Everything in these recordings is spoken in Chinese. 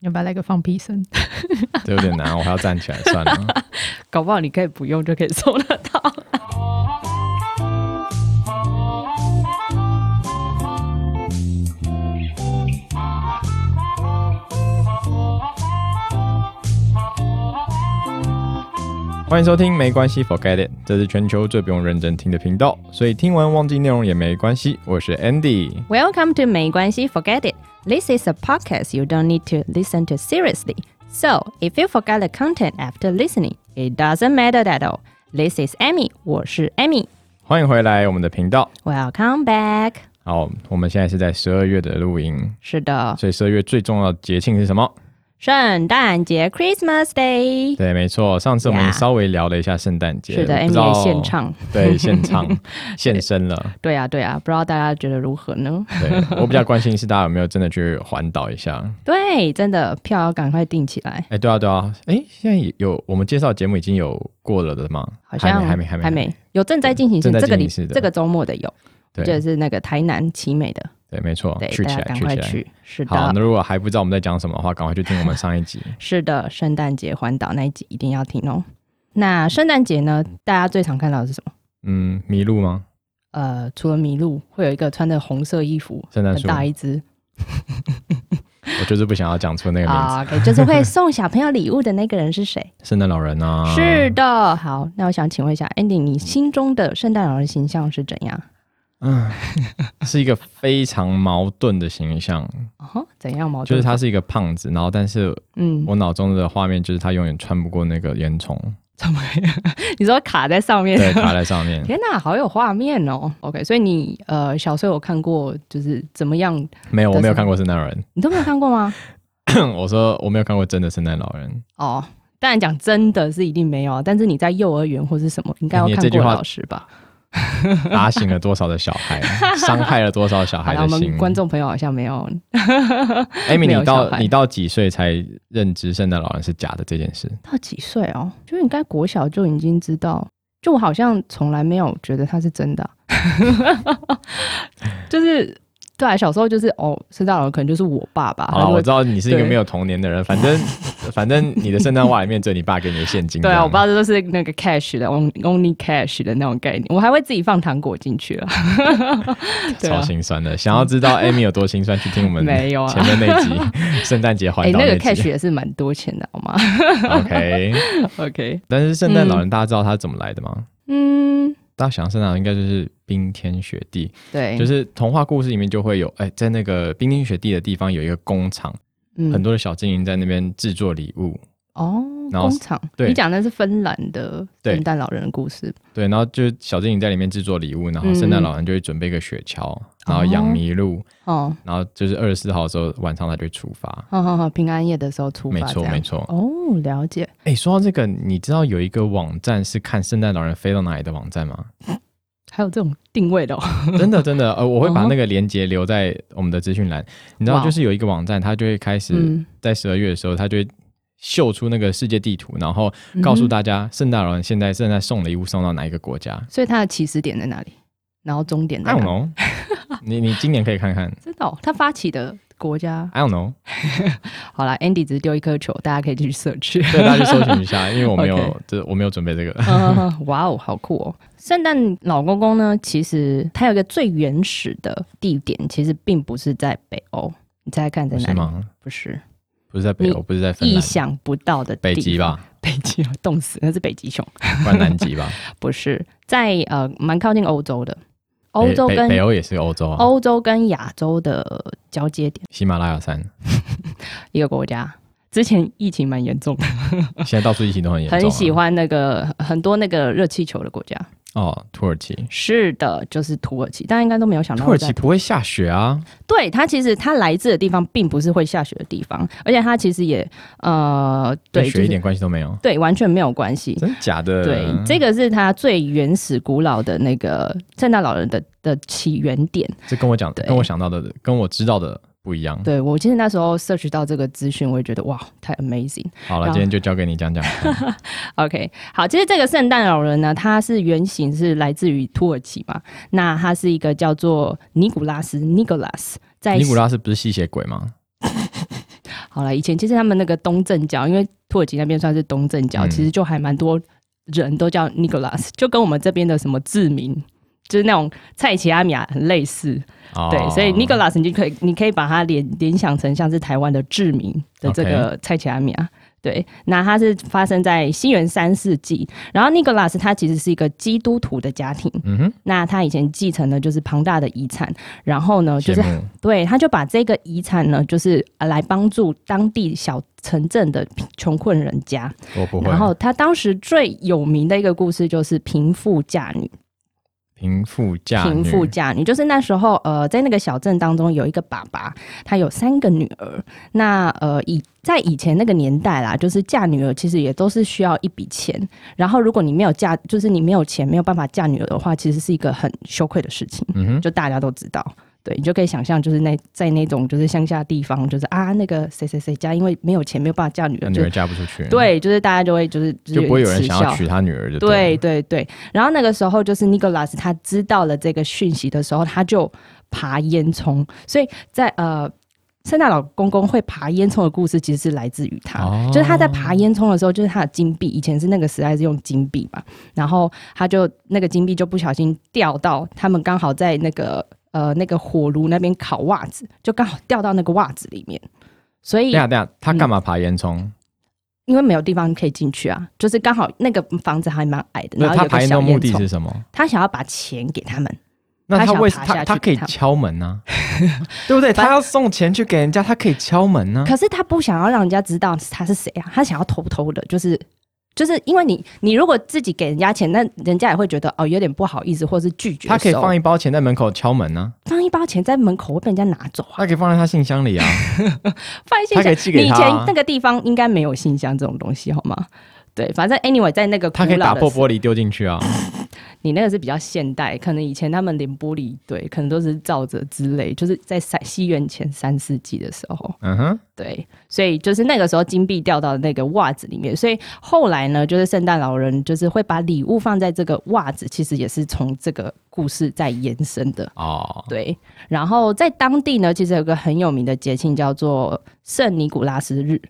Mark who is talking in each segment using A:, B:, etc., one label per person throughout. A: 要不要来个放屁声？
B: 这有点难，我还要站起来，算了。
A: 搞不好你可以不用就可以收得到。
B: 欢迎收听，没关系，Forget It，这是全球最不用认真听的频道，所以听完忘记内容也没关系。我是 Andy，
A: Welcome to 没关系，Forget it. This is a podcast you don't need to listen to seriously. So if you forget the content after listening, it doesn't matter at all. This is Amy，我是 Amy。
B: 欢迎回来我们的频道。
A: Welcome back。
B: 好，我们现在是在十二月的录音，
A: 是的，
B: 所以十二月最重要的节庆是什么？
A: 圣诞节 Christmas Day。
B: 对，没错，上次我们
A: Yeah
B: 稍微聊了一下圣诞节，
A: 是的
B: 不知道
A: ，Amy 也现唱，
B: 对，现唱 现身了。
A: 对啊，对啊，不知道大家觉得如何 呢？
B: 对我比较关心是大家有没有真的去环岛一下？
A: 对，真的票要赶快订起来，
B: 哎，对啊，对啊，哎，现在也有我们介绍节目已经有过了的吗？
A: 好像
B: 还没，还没，
A: 还。没有正在进行时，
B: 正在
A: 这个礼
B: 进行时的
A: 这个周末的有，就
B: 对
A: 是那个台南奇美的，
B: 对，没错
A: 对，，
B: 去
A: 大
B: 起
A: 家
B: 来，
A: 赶
B: 去
A: 快
B: 起来。
A: 去，是
B: 好，
A: 的
B: 那。如果还不知道我们在讲什么的话，赶快去听我们上一集。
A: 是的，圣诞节环岛那一集一定要听哦。那圣诞节呢，大家最常看到的是什么？
B: 嗯，麋鹿吗？
A: 呃，除了麋鹿，会有一个穿着红色衣服，
B: 圣诞
A: 很
B: 树？
A: 大一只
B: 我就是不想要讲出那个名字。
A: 啊，OK，就是会送小朋友礼物的那个人是谁？
B: 圣诞老人 啊，
A: 是，的，好，那我想请问一下，Andy，你心中的圣诞老人形象是怎样？
B: 嗯，是一个非常矛盾的形象，
A: 哦，怎样矛盾？
B: 就是他，是一个胖子，然后但是
A: 嗯，
B: 我脑中的画面就是他永远穿不过那个烟 囱，
A: 怎么样？你说卡在上面？
B: 对，卡在上 面。
A: 天哪，好有画面哦。OK，所以你呃小时候有看过，就是怎么样？
B: 没有，我没
A: 但是
B: 有看过圣诞老人。
A: 你都没有看过吗？
B: 我说我没有看过真的圣诞老 人。
A: 哦，当然讲真的是一定没有啊，但是你在幼儿园或是什么，应该要
B: 哎你
A: 看
B: 这句
A: 过
B: 话
A: 老师吧？
B: 打醒了多少的小孩，伤害了多少小
A: 好
B: 孩
A: 了，我
B: 的
A: 们
B: 心。
A: 观众朋友好像没有，
B: Amy，
A: 没有
B: 你
A: 小
B: 到
A: 孩
B: 你到几岁才认知圣诞老人是假的这件事？
A: 到几岁哦？就应该国小就已经知道，就我好像从来没有觉得它是真的啊、啊 就是对啊，小时候就是哦，圣诞老人可能就是我爸爸，
B: 好了，
A: 他就
B: 啊我
A: 会
B: 知道你是一个
A: 对
B: 没有童年的人，反正 反正你的圣诞袜里面只有你爸给你的现金。
A: 对
B: 这
A: 啊，
B: 样
A: 我爸就是那个 cash 的 on- only cash 的那种概念，我还会自己放糖果进去了。啊对
B: 超
A: 啊，
B: 心酸的。想要知道 Amy 有多心酸，去听我们
A: 没有啊
B: 前面那集 圣诞节
A: 哎、
B: 环岛
A: 那
B: 那
A: 个 cash
B: 集。
A: 也是蛮多钱的，好吗
B: OK，
A: ？OK，
B: 但是圣诞老人大家知道他是怎么来的吗？
A: 嗯，
B: 大家想圣诞老人应该就是冰天雪地，
A: 对，
B: 就是童话故事里面就会有，哎、在那个冰天雪地的地方有一个工厂，
A: 嗯
B: 很多的小精灵在那边制作礼物，
A: 哦，
B: 然后
A: 工厂。
B: 对
A: 你讲的是芬兰的
B: 对
A: 圣诞老人的故事，
B: 对，然后就是小精灵在里面制作礼物，然后
A: 嗯
B: 圣诞老人就会准备一个雪橇，然后养麋鹿，
A: 哦，
B: 然后就是二十四号的时候晚上他就会出发，
A: 好好好，平安夜的时候出发，
B: 没错
A: 这样
B: 没。错。
A: 哦，了解。
B: 哎、说到这个，你知道有一个网站是看圣诞老人飞到哪里的网站吗？
A: 还有这种定位的、哦，
B: 真的真的，呃，我会把
A: 哦
B: 那个链接留在我们的资讯栏。你知道，
A: 哇
B: 就是有一个网站，它就会开始
A: 嗯，
B: 在十二月的时候，他就会秀出那个世界地图，然后告诉
A: 嗯
B: 大家圣诞老人现在正在送礼物送到哪一个国家。
A: 哼，所以它的起始点在哪里，然后终点在
B: I
A: 哪
B: don't
A: 里？
B: know，你你今年可以看看。
A: 真的、哦，它发起的国家。
B: I don't know，
A: 好啦 a n d y 只是丢一颗球，大家可以去 search。
B: 对，大家去搜寻一下，因为我没
A: OK
B: 有，这我没有准备这个。
A: 嗯哇哦，好酷哦！圣诞老公公呢，其实它有一个最原始的地点，其其实并不是在北欧，你猜猜看在哪
B: 是
A: 里？
B: 吗？
A: 不是，
B: 不是在北欧，不是在芬
A: 意
B: 兰，
A: 想不到的
B: 北
A: 地
B: 极
A: 方。
B: 吧，
A: 北极啊，冻死，那是北极熊，
B: 不然南极 吧。
A: 不是在呃蛮靠近欧洲的，欧洲
B: 北北北
A: 跟
B: 欧也是欧洲啊，
A: 欧洲跟亚洲的交接点，
B: 喜马拉雅山
A: 一个国家。之前疫情蛮严重的，
B: 现在到处疫情都很严重啊。
A: 很喜欢那个很多那个热气球的国家。
B: 哦，土耳其，
A: 是的，就是土耳其，大家应该都没有想到
B: 土耳
A: 在
B: 其不会下雪啊。
A: 对它其实它来自的地方并不是会下雪的地方，而且它其实也呃对
B: 跟
A: 就
B: 雪
A: 是
B: 一点关系都没有，
A: 对完全没有关系。
B: 真的假的？
A: 对，这个是它最原始古老的那个圣诞老人的的起源点。
B: 这跟我讲，
A: 对
B: 跟我想到的，跟我知道的不一样。
A: 对我其实那时候摄取到这个资讯，我也觉得哇，太 amazing。
B: 好了，
A: 然后
B: 今天就交给你 讲讲。
A: OK，好，其实这个圣诞老人呢，它是原型是来自于土耳其嘛，那它是一个叫做尼古拉斯 （Nicholas） 在
B: 尼古拉斯不是吸血鬼吗？
A: 好了，以前其实他们那个东正教，因为土耳其那边算是东正教，
B: 嗯
A: 其实就还蛮多人都叫 Nicholas，就跟我们这边的什么字名。就是那种蔡奇阿米亚很类似，
B: 哦
A: 对，所以 Nicholas 你就可以，你可以把它联联想成像是台湾的志明的这个蔡奇阿米亚。对，那它是发生在西元三世纪，然后 Nicholas 他其实是一个基督徒的家庭，
B: 嗯哼，
A: 那他以前继承的就是庞大的遗产，然后呢，就是
B: 羡慕
A: 对，他就把这个遗产呢，就是呃来帮助当地小城镇的穷困人家。
B: 我不会。
A: 然后他当时最有名的一个故事就是贫富嫁女。
B: 贫富嫁
A: 贫
B: 啊女
A: 富嫁女，就是那时候呃，在那个小镇当中有一个爸爸，他有三个女儿。那呃，以在以前那个年代啦，就是嫁女儿其实也都是需要一笔钱。然后如果你没有嫁，就是你没有钱，没有办法嫁女儿的话，其实是一个很羞愧的事情。
B: 嗯哼，
A: 就大家都知道。对你就可以想象，就是那在那种就是乡下地方，就是啊，那个谁谁谁家因为没有钱，没有办法嫁女
B: 那
A: 儿，
B: 啊女
A: 就
B: 儿嫁不出去，，
A: 对，就是大家就会就是
B: 就不会有人
A: 耻
B: 想要
A: 笑
B: 娶她女儿就
A: 对
B: 了
A: 对对，然后那个时候就是 Nicholas 他知道了这个讯息的时候，他就爬烟囱，所以在呃圣诞老公公会爬烟囱的故事，其实是来自于他，
B: 哦
A: 就是他在爬烟囱的时候，就是他的金币，以前是那个时代是用金币嘛，然后他就那个金币就不小心掉到他们刚好在那个呃那个火炉那边烤袜子，就刚好掉到那个袜子里面，所
B: 等
A: 以
B: 一下等一下，
A: 嗯
B: 她干嘛爬烟囱？
A: 因为没有地方可以进去啊，就是刚好那个房子还蛮矮的，
B: 那
A: 然后
B: 她
A: 有
B: 爬
A: 个
B: 烟
A: 小
B: 囱目
A: 烟
B: 的
A: 囱。
B: 是什么？
A: 他想要把钱给他们，
B: 那
A: 她
B: 她
A: 想
B: 为
A: 爬
B: 她
A: 下
B: 她
A: 去
B: 可以
A: 给她
B: 敲门 啊，对不对？
A: 反
B: 她要送钱去给人家，她可以敲门啊。
A: 可是他不想要让人家知道他是谁啊，他想要偷偷的，就是就是因为你你如果自己给人家钱，那人家也会觉得哦有点不好意思，或是拒绝收。
B: 她可以放一包钱在门口敲门啊，
A: 放一包钱在门口会被人家拿走 啊，
B: 她可以放在她信箱 里啊，
A: 放一些
B: 她可以
A: 钱。
B: 寄
A: 你
B: 给
A: 以
B: 她
A: 前
B: 啊
A: 那，个地方应该没有信箱这种东西好吗？对，反正 anyway，在那个
B: 她可以
A: 古老
B: 打
A: 的
B: 破
A: 时
B: 玻璃丢进去啊。
A: 你那个是比较现代，可能以前他们连玻璃对，可能都是照着之类，就是在三西元前三世纪的时候。
B: 嗯哼，
A: 对，所以就是那个时候金币掉到那个袜子里面，所以后来呢，就是圣诞老人就是会把礼物放在这个袜子，其实也是从这个故事在延伸的。
B: 哦，
A: 对，然后在当地呢，其实有个很有名的节庆叫做圣尼古拉斯日，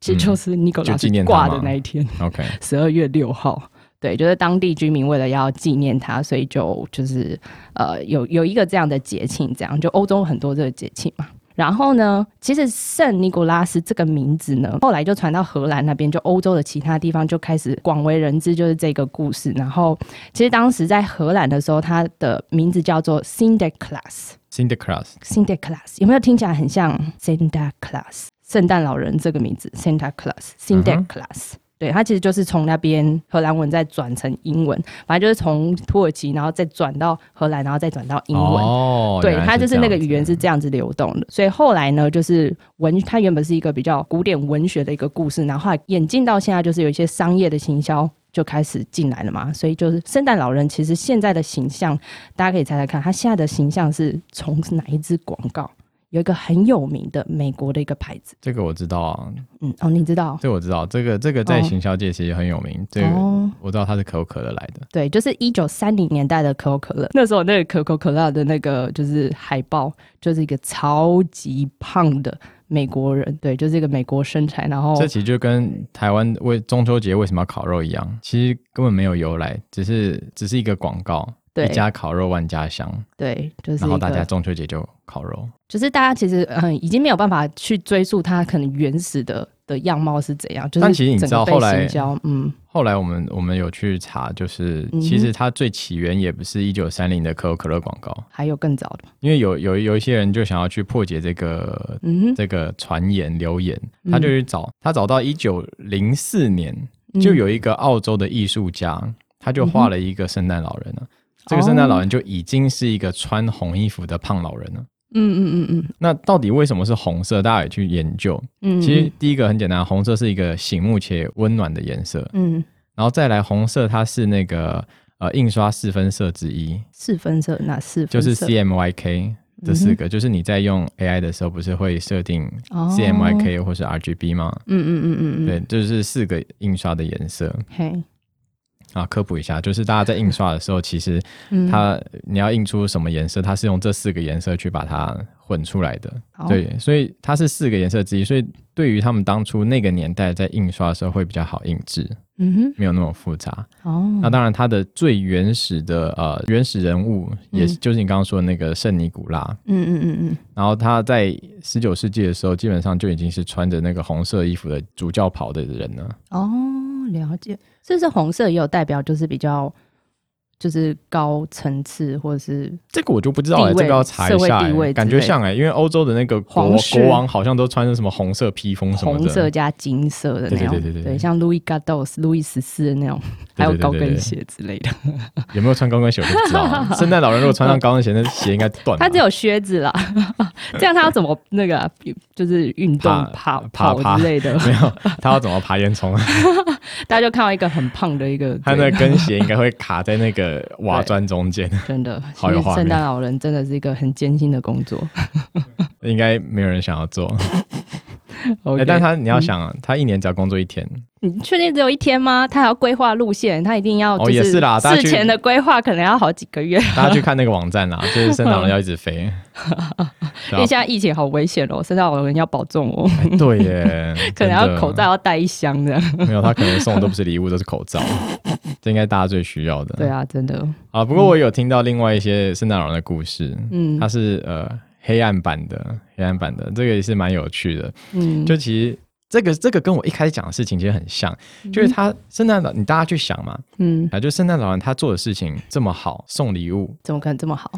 A: 其实就是尼古
B: 嗯就
A: 拉
B: 纪
A: 斯
B: 念他
A: 挂的
B: 嘛
A: 那一天，
B: OK，
A: 十二月六号。对，就是当地居民为了要纪念他，所以就就是呃有有一个这样的节庆，这样就欧洲很多这个节庆嘛。然后呢，其实圣尼古拉斯这个名字呢，后来就传到荷兰那边，就欧洲的其他地方就开始广为人知，就是这个故事。然后其实当时在荷兰的时候，它的名字叫做 Sinterklaas。
B: Cinderclass，
A: Sinterklaas 有没有听起来很像 Santa Claus 圣诞老人这个名字？Santa Claus
B: 嗯哼
A: Sinterklaas，、对，它其实就是从那边荷兰文再转成英文，反正就是从土耳其，然后再转到荷兰，然后再转到英文。
B: 哦，
A: 对，
B: 原来
A: 它就是
B: 这
A: 那个
B: 样
A: 语言
B: 子
A: 是这样子流动的，所以后来呢，就是文，它原本是一个比较古典文学的一个故事，然后后来演进到现在，就是有一些商业的行销就开始进来了嘛，所以就是圣诞老人其实现在的形象，大家可以猜猜看，他现在的形象是从哪一支广告？有一个很有名的美国的一个牌子，
B: 这个我知道啊，
A: 嗯，哦，你知道
B: 这个我知道，这个这个在
A: 哦
B: 行销界其实很有名，这个
A: 哦。
B: 我知道它是可口可乐来的。
A: 对，就是一九三零年代的可口可乐，那时候那个可口可乐的那个就是海报，就是一个超级胖的美国人，对，就是一个美国身材，然后
B: 这其实就跟台湾为中秋节为什么要烤肉一样，其实根本没有由来，只是只是一个广告，一
A: 对
B: 家烤肉万家香，
A: 对，就是
B: 然后
A: 一
B: 大家
A: 个，
B: 中秋节就烤肉。
A: 就是大家其实嗯已经没有办法去追溯它可能原始的的样貌是怎样，就是
B: 但其实你
A: 整
B: 知道
A: 个被
B: 后来
A: 行销，嗯，
B: 后来我们我们有去查，就是
A: 嗯哼
B: 其实它最起源也不是一九三零的可口可乐广告，
A: 还有更早的，
B: 因为有有有一些人就想要去破解这个
A: 嗯哼，
B: 这个传言流言，
A: 嗯
B: 他就去找，他找到一九零四年
A: 嗯
B: 就有一个澳洲的艺术家，他就画了一个圣诞老人了。这个圣诞老人就已经是一个穿红衣服的胖老人了。
A: 嗯嗯嗯嗯
B: 那到底为什么是红色？大家也去研究。
A: 嗯，
B: 其实第一个很简单，红色是一个醒目且温暖的颜色。
A: 嗯
B: 然后再来，红色它是那个呃印刷四分色之一，
A: 四分色哪四
B: 就
A: 分
B: 是
A: 色？嗯
B: CMYK 这四个。就是你在用 AI 的时候，不是会设定 CMYK 或是 RGB 吗？
A: 哦嗯嗯嗯嗯嗯，
B: 对，就是四个印刷的颜色。
A: 嘿，
B: 啊，科普一下，就是大家在印刷的时候，其实
A: 嗯
B: 它、你要印出什么颜色，它是用这四个颜色去把它混出来的。
A: 好
B: 对，所以它是四个颜色之一，所以对于他们当初那个年代在印刷的时候会比较好印制，
A: 嗯
B: 没有那么复杂。
A: 哼，哦，
B: 那当然，它的最原始的呃原始人物，也是、就是你刚刚说的那个圣尼古拉。
A: 嗯嗯嗯嗯，
B: 然后他在十九世纪的时候，基本上就已经是穿着那个红色衣服的主教袍的人了。
A: 哦，了解。是不是红色也有代表，就是比较就是高层次，或者是
B: 这个我就不知道哎、
A: 地
B: 这
A: 位
B: 个要查一
A: 社
B: 下、
A: 会地位之类
B: 欸，
A: 的
B: 感觉像哎、因为欧洲的那个国
A: 皇室
B: 国王好像都穿着什么红色披风什么的，
A: 红色加金色的那种，
B: 对对对对对
A: 像 Louis Gados、路易十四的那种，
B: 对
A: 还有
B: 对对
A: 高
B: 对对
A: 跟鞋之类的。
B: 有没有穿高跟鞋我就不知道 了。圣诞老人如果穿上高跟鞋，那鞋应该断了。
A: 他只有靴子啦， 这样他要怎么那个啊就是运动
B: 爬爬
A: 跑
B: 爬
A: 跑之 类的？
B: 没有，他要怎么爬烟囱？啊
A: 大家就看到一个很胖的一个，
B: 他那
A: 对
B: 个跟鞋应该会卡在那个瓦砖中间，
A: 真的，
B: 好有
A: 其实
B: 画面
A: 圣诞老人真的是一个很艰辛的工作。
B: 应该没有人想要做。
A: OK， 嗯
B: 哎但他你要想啊，他一年只要工作一天，
A: 你确定只有一天吗？他还要规划路线，他一定要
B: 哦
A: 就
B: 也是啦大家
A: 事
B: 去
A: 前的规划可能要好几个月。
B: 大家去看那个网站 啦，就是圣诞老人要一直飞。
A: 因为现在疫情好危险哦，圣诞老人要保重哦，
B: 啊哎对耶，
A: 可能
B: 真
A: 要
B: 的嗯
A: 口罩要带一箱这样。
B: 没有，他可能送的都不是礼物，都是口罩。这应该大家最需要的。
A: 对啊，真的，
B: 啊，不过我有听到另外一些圣诞老人的故事，
A: 嗯
B: 它是呃黑暗版的，黑暗版的，这个也是蛮有趣的。
A: 嗯，
B: 就其实这个这个跟我一开始讲的事情其实很像，就是他圣诞老，你大家去想嘛，
A: 嗯，
B: 啊，就圣诞老人他做的事情这么好，送礼物，
A: 怎么可能这么好？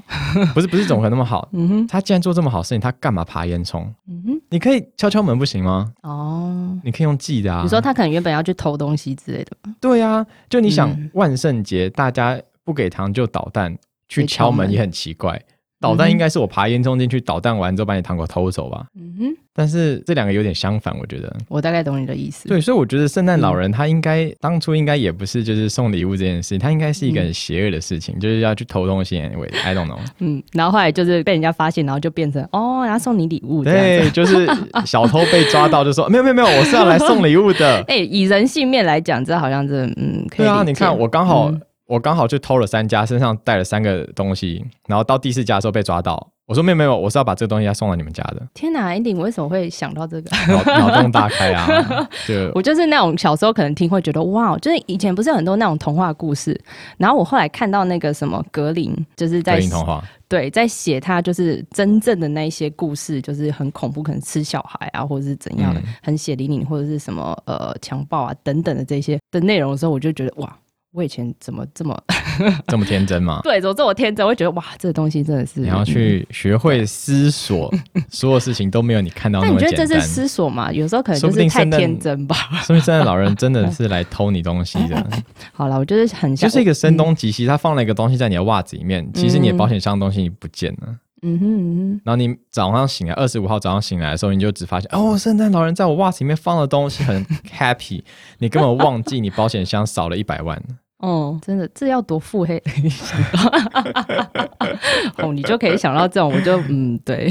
B: 不是不是怎么可能那么好？
A: 嗯哼，
B: 他既然做这么好事情，他干嘛爬烟囱？
A: 嗯哼，
B: 你可以敲敲门不行吗？
A: 哦。
B: 你可以用寄的啊。
A: 你说他可能原本要去偷东西之类的吧，
B: 对啊，就你想、
A: 嗯
B: 万圣节大家不给糖就捣蛋，去
A: 去
B: 敲
A: 敲门
B: 门也很奇怪。捣蛋
A: 嗯
B: 应该是我爬烟囱进去捣蛋完之后把你糖果偷走吧，
A: 嗯哼，
B: 但是这两个有点相反，我觉得。
A: 我大概懂你的意思。
B: 对，所以我觉得圣诞老人他应该、当初应该也不是就是送礼物这件事，他应该是一个很邪恶的事情，就是要去偷东西。Anyway，I don't know。
A: 嗯，然后后来就是被人家发现，然后就变成哦，然后送你礼物这样子。
B: 对，就是小偷被抓到就说没有没有没有，我是要来送礼物 的。
A: 哎、以人性面来讲，这好像是嗯，可
B: 对
A: 以
B: 啊，
A: 理
B: 你
A: 解嗯
B: 看我刚好、我刚好去偷了三家，身上带了三个东西，然后到第四家的时候被抓到。我说没有没有，我是要把这个东西要送到你们家的，
A: 天哪，一定为什么会想到这个？
B: 脑脑洞大开啊！就
A: 我就是那种小时候可能听会觉得哇，就是以前不是有很多那种童话故事，然后我后来看到那个什么格林，就是
B: 格
A: 在
B: 林童话，
A: 对在写他就是真正的那一些故事，就是很恐怖，可能吃小孩啊，或者是怎样的，
B: 嗯
A: 很血淋淋，或者是什么呃强暴啊等等的这些的内容的时候，我就觉得哇。我以前怎么这么 ？
B: 这么天真吗
A: 对，怎么这么天真？我会觉得哇，这个东西真的是
B: 你要去学会思索，所有事情都没有你看到那
A: 嗯但你
B: 么
A: 觉
B: 简
A: 得这
B: 单。
A: 是思索嘛？有时候可能
B: 说不
A: 就是
B: 定
A: 太
B: 圣诞
A: 天真吧。
B: 所以圣诞老人真的是来偷你东西 的，
A: 好了，我就是很想，
B: 就是一个声东击西。他放了一个东西在你的袜子里面，其实你的保险箱的东西不见了。
A: 嗯哼嗯哼，
B: 然后你早上醒来，二十五号早上醒来的时候，你就只发现哦，圣诞老人在我袜子里面放了东西，很 happy，你根本忘记你保险箱少了一百万。
A: 哦，真的，这要多腹黑哦，你就可以想到这种，我就嗯，对，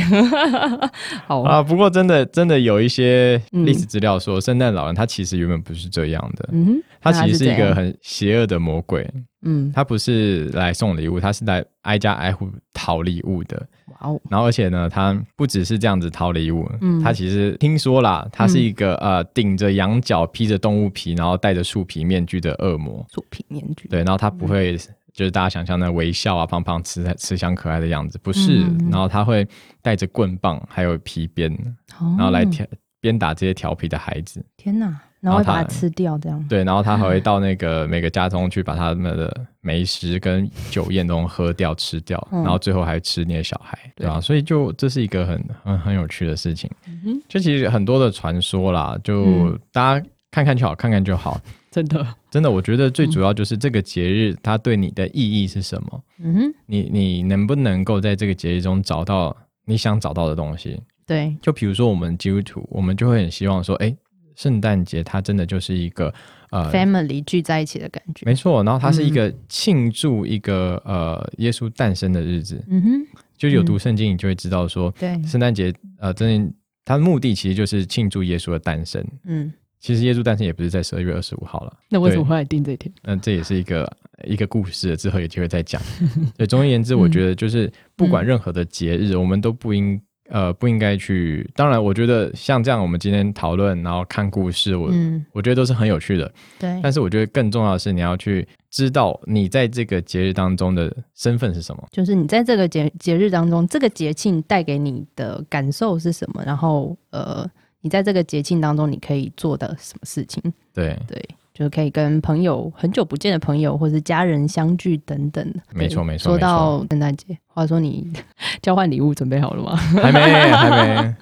A: 好，
B: 啊，不过真的真的有一些历史资料说，圣诞老人他其实原本不是这样的，
A: 嗯哼，
B: 他其实是一
A: 那他
B: 个
A: 是怎样
B: 很邪恶的魔鬼，
A: 嗯，
B: 他不是来送礼物，他是来挨家挨户讨礼物的。
A: 哇哦，
B: 然后而且呢，他不只是这样子掏礼物，
A: 嗯
B: 他其实听说啦，他是一个、呃顶着羊角、披着动物皮，然后戴着树皮面具的恶魔。
A: 作品面具，
B: 对，然后他
A: 嗯
B: 不会、就是大家想象的微笑啊，胖胖吃吃香可爱的样子，不是。
A: 嗯嗯嗯
B: 然后他会带着棍棒还有皮鞭，
A: 哦，
B: 然后来调。鞭打这些调皮的孩子，
A: 天哪，
B: 然
A: 然后
B: 后
A: 会
B: 他
A: 把它吃掉，这样，
B: 对，然后他还会到那个每个家中去把他们的美食跟酒宴都喝掉、吃掉，
A: 嗯
B: 然后最后还吃那些小孩，对吧、
A: 对
B: 所以就这是一个很很很有趣的事情。
A: 嗯哼
B: 就其实很多的传说啦，就
A: 嗯
B: 大家看看就好，看看就好。
A: 真的，
B: 真的，我觉得最主要就是这个节日它对你的意义是什么？
A: 嗯哼，
B: 你你能不能够在这个节日中找到你想找到的东西？
A: 对，
B: 就比如说我们基督徒，我们就会很希望说，哎，圣诞节它真的就是一个呃。
A: family 聚在一起的感觉，
B: 没错，然后它是一个庆祝一个、呃耶稣诞生的日子，
A: 嗯哼，
B: 就有读圣经，你就会知道说，
A: 对，
B: 圣诞节呃，真的它的目的其实就是庆祝耶稣的诞生。
A: 嗯
B: 其实耶稣诞生也不是在十二月二十五号了，
C: 那为什么
B: 对
C: 会来定这一天？
B: 嗯，这也是一个一个故事，之后有机会再讲。 对，总而言之，我觉得就是不管任何的节日，我们都不应呃不应该去。当然，我觉得像这样，我们今天讨论，然后看故事，我、
A: 嗯，
B: 我觉得都是很有趣的。
A: 对，
B: 但是我觉得更重要的是，你要去知道你在这个节日当中的身份是什么。
A: 就是你在这个节节日当中，这个节庆带给你的感受是什么？然后呃，你在这个节庆当中你可以做的什么事情？
B: 对，
A: 对，就是可以跟朋友很久不见的朋友或是家人相聚等等。
B: 没错
A: 对
B: 没错
A: 说
B: 没错
A: 到圣诞节，话说你 交换礼物准备好了吗？
B: 还没还没，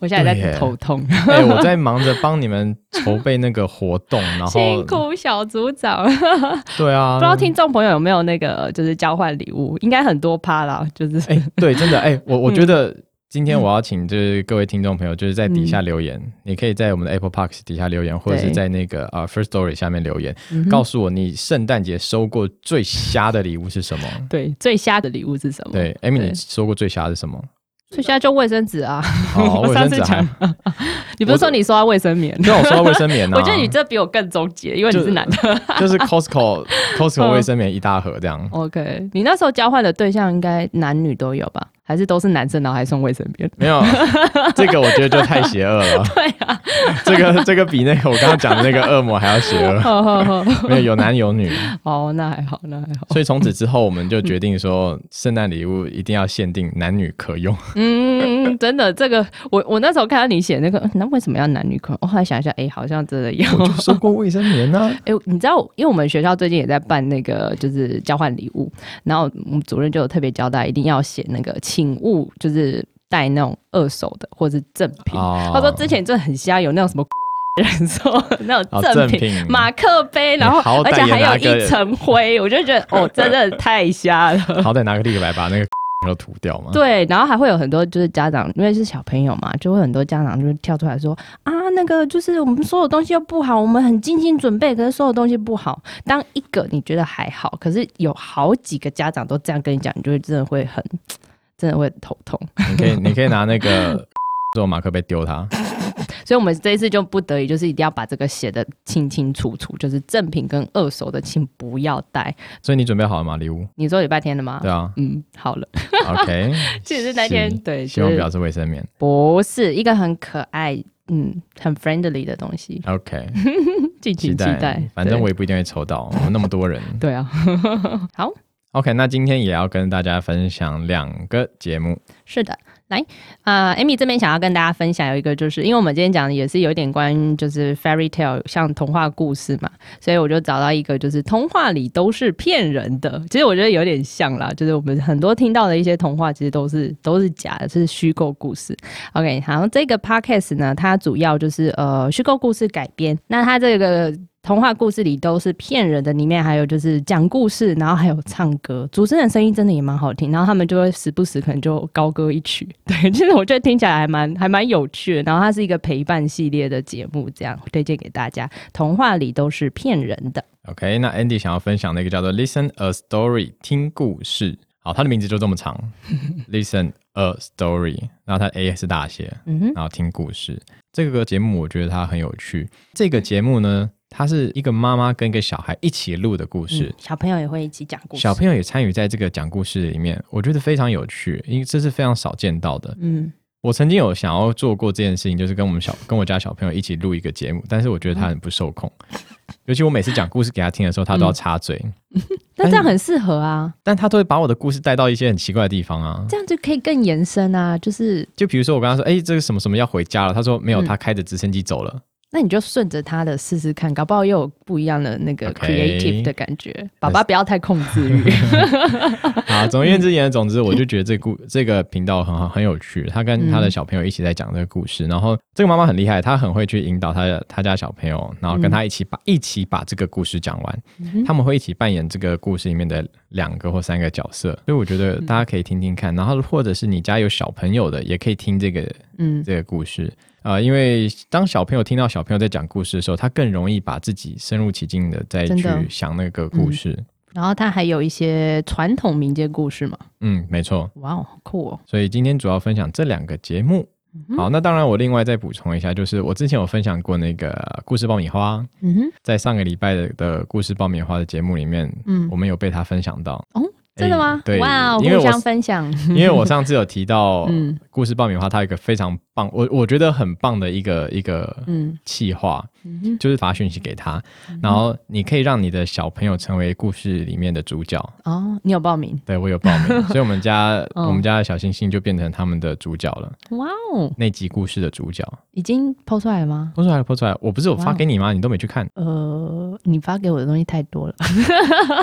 A: 我现在
B: 对耶
A: 在头痛，
B: 哎、我在忙着帮你们筹备那个活动，然后
A: 辛苦小组长。
B: 对啊，
A: 不知道听众朋友有没有那个呃就是交换礼物，应该很多趴啦，就是、
B: 哎、对，真的，哎、我
A: 嗯
B: 我觉得今天我要请就是各位听众朋友，就是在底下留言，你可以在我们的 Apple Park 底下留言，或者是
A: 嗯对
B: 在那个呃 First Story 下面留言，
A: 嗯
B: 告诉我你圣诞节收过最瞎的礼物是什么？
A: 对最瞎的礼物是什么？
B: 对，Amy，
A: 嗯对
B: 你收过最瞎的是什 么？
A: 最瞎就卫生纸啊！
B: 哦，
A: 我
B: 卫
A: 上
B: 生
A: 次
B: 纸还
A: 讲，你不是说你说要卫生 棉？
B: 对，我收到卫生棉呢、
A: 我觉得你这比我更终结，因为你
B: 就是
A: 男的。
B: 就是 Costco
A: 嗯
B: Costco 卫生棉一大盒这样。
A: OK，你那时候交换的对象应该男女都有吧？还是都是男生，然后还送卫生棉？
B: 没有，这个我觉得就太邪恶了。对啊，这个这个比那个我刚刚讲的那个恶魔还要邪 恶。没有，有男有女。
A: 哦，那还好，那还好。
B: 所以从此之后，我们就决定说，圣诞礼物一定要限定男女可用。
A: 嗯，真的，这个我我那时候看到你写那个，嗯那为什么要男女款？我后来想一下，哎、好像真的有。
B: 就 收过卫生棉啊呢、
A: 哎、你知道，因为我们学校最近也在办那个就是交换礼物，然后我们主任就有特别交代，一定要写那个请勿就是带那种二手的或是赠 品。
B: 哦
A: 他说之前真的很瞎，有那种什么。 人说那种
B: 哦
A: 赠
B: 赠
A: 品、
B: 品
A: 马克杯，然后
B: 你好歹
A: 而且
B: 也
A: 还
B: 拿
A: 有
B: 个
A: 一层灰，我就觉得哦，真的太瞎了。
B: 好歹拿个立可白把那个 都涂掉嘛。
A: 对，然后还会有很多就是家长，因为是小朋友嘛，就会很多家长就会跳出来说啊，那个就是我们所有东西都不好，我们很精心准备，可是所有东西不好。当一个你觉得还好，可是有好几个家长都这样跟你讲，你就会真的会很， 真的会很头痛。
B: 你可以，你可以拿那个 做马克杯丢它。
A: 所以我们这一次就不得已，就是一定要把这个写的清清楚楚，就是正品跟二手的，请不要带。
B: 所以你准备好了吗？礼物？
A: 你说礼拜天的吗？
B: 对 啊
A: 嗯，好了，
B: ，OK。
A: 其实那天
B: 是
A: 对，
B: 希望
A: 就是
B: 表示卫生棉。
A: 不是一个很可爱，嗯，很 friendly 的东西。
B: OK，
A: 敬请期待。
B: 反正
A: 对
B: 我也不一定会抽到，我们那么多人。
A: 对啊，好，
B: OK，那今天也要跟大家分享两个节目。
A: 是的。来，啊、a m y 这边想要跟大家分享有一个，就是因为我们今天讲的也是有一点关于就是 fairy tale，像童话故事嘛，所以我就找到一个就是童话里都是骗人的。其实我觉得有点像啦，就是我们很多听到的一些童话，其实都是都是假的，是虚构故事。OK，好，这个 podcast 呢，它主要就是呃虚构故事改编。那它这个童话故事里都是骗人的，里面还有就是讲故事，然后还有唱歌，主持人声音真的也蛮好听，然后他们就会时不时可能就高歌一曲。 对，其实我觉得听起来还蛮还蛮有趣的。然后它是一个陪伴系列的节目，这样推荐给大家。童话里都是骗人的，
B: OK，那 Andy 想要分享的一个叫做 “Listen a Story” 听故事，好，它的名字就这么 长，“Listen a Story”，然后它 A 是大写，
A: 嗯哼，
B: 然后听故事。这个节目我觉得它很有趣。这个节目呢，它是一个妈妈跟一个小孩一起录的故事，
A: 嗯小朋友也会一起讲故事，
B: 小朋友也参与在这个讲故事里面，我觉得非常有趣，因为这是非常少见到的。
A: 嗯
B: 我曾经有想要做过这件事情，就是跟我们小跟我家小朋友一起录一个节目，但是我觉得他很不受 控，尤其我每次讲故事给他听的时候，他都要插嘴，
A: 那这样很适合啊，
B: 但他都会把我的故事带到一些很奇怪的地方啊。
A: 这样就可以更延伸啊，就是
B: 就比如说我跟他说：“哎、这个什么什么要回家了。”他说：“没有，
A: 嗯
B: 他开着直升机走了。
A: 那你就顺着他的试试看，搞不好又有不一样的那个
B: OK
A: creative 的感觉。爸爸不要太控制欲，
B: 啊，总而言之言而总之，我就觉得这 故这个频道很好，很有趣。他跟他的小朋友一起在讲这个故
A: 嗯
B: 事，然后这个妈妈很厉害，她很会去引导她的她家小朋友，然
A: 嗯
B: 后跟他一起把、一起把这个故事讲完。他们会一起扮演这个故事里面的两个或三个角色，所以我觉得大
A: 嗯
B: 家可以听听看，然后或者是你家有小朋友的，也可以听这个
A: 嗯，
B: 这个故事。啊，因为当小朋友听到小朋友在讲故事的时候，他更容易把自己深入其境的再
A: 真
B: 去
A: 的
B: 想那个故
A: 嗯
B: 事。
A: 然后他还有一些传统民间故事嘛，
B: 嗯，没错。
A: 哇哦，好酷哦，
B: 所以今天主要分享这两个节目。
A: 嗯
B: 好，那当然我另外再补充一下，就是我之前有分享过那个故事爆米花，
A: 嗯哼，
B: 在上个礼拜的的故事爆米花的节目里面，
A: 嗯
B: 我们有被他分享到，
A: 哦，真的吗
B: 哎？对
A: 哇，哦
B: 因为
A: 互
B: 我
A: 相分享，
B: 因为我上次有提到
A: 嗯
B: 故事爆米花，它有一个非常棒，我我觉得很棒的一个一个
A: 嗯
B: 企划，
A: 嗯哼嗯
B: 就是发讯息给他，然后你可以让你的小朋友成为故事里面的主角。
A: 哦，你有报名？
B: 对我有报名， 所以我们家、
A: 嗯
B: 我们家的小星星就变成他们的主角了，
A: 哇哦，
B: 那集故事的主角。
A: 已经抛出来了吗？
B: 播出来了，播出来了，我不是有
A: 哇
B: 发
A: 哦
B: 给你吗？你都没去看。
A: 呃，你发给我的东西太多了。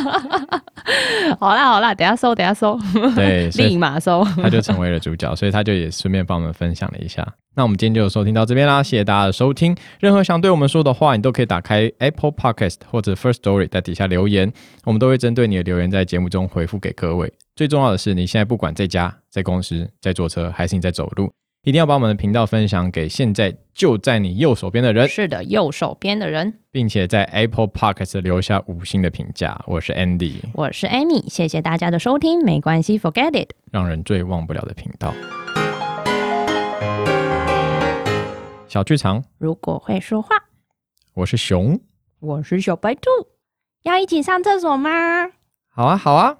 A: 好啦好啦，等一下收，等一下收，
B: 对， 所以
A: 立马收。
B: 他就成为了主角，所以他就也顺便帮我们分享了一下。那我们今天就收听到这边啦，谢谢大家的收听。任何想对我们说的话，你都可以打开 Apple Podcast 或者 First Story 在底下留言，我们都会针对你的留言在节目中回复给各位。最重要的是，你现在不管在家、在公司、在坐车，还是你在走路，一定要把我们的频道分享给现在就在你右手边的人，
A: 是的，右手边的人，
B: 并且在 Apple Podcast 留下五星的评价。我是 Andy，
A: 我是 Amy，谢谢大家的收听，没关系，Forget it。
B: 让人最忘不了的频道。小剧场，
A: 如果会说话，
B: 我是熊。
A: 我是小白兔，要一起上厕所吗？
B: 好啊，好啊。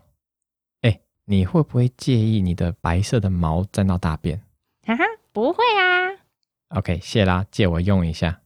B: 哎、你会不会介意你的白色的毛沾到大便
A: 哈哈，不会啊。
B: ？OK，谢啦，借我用一下。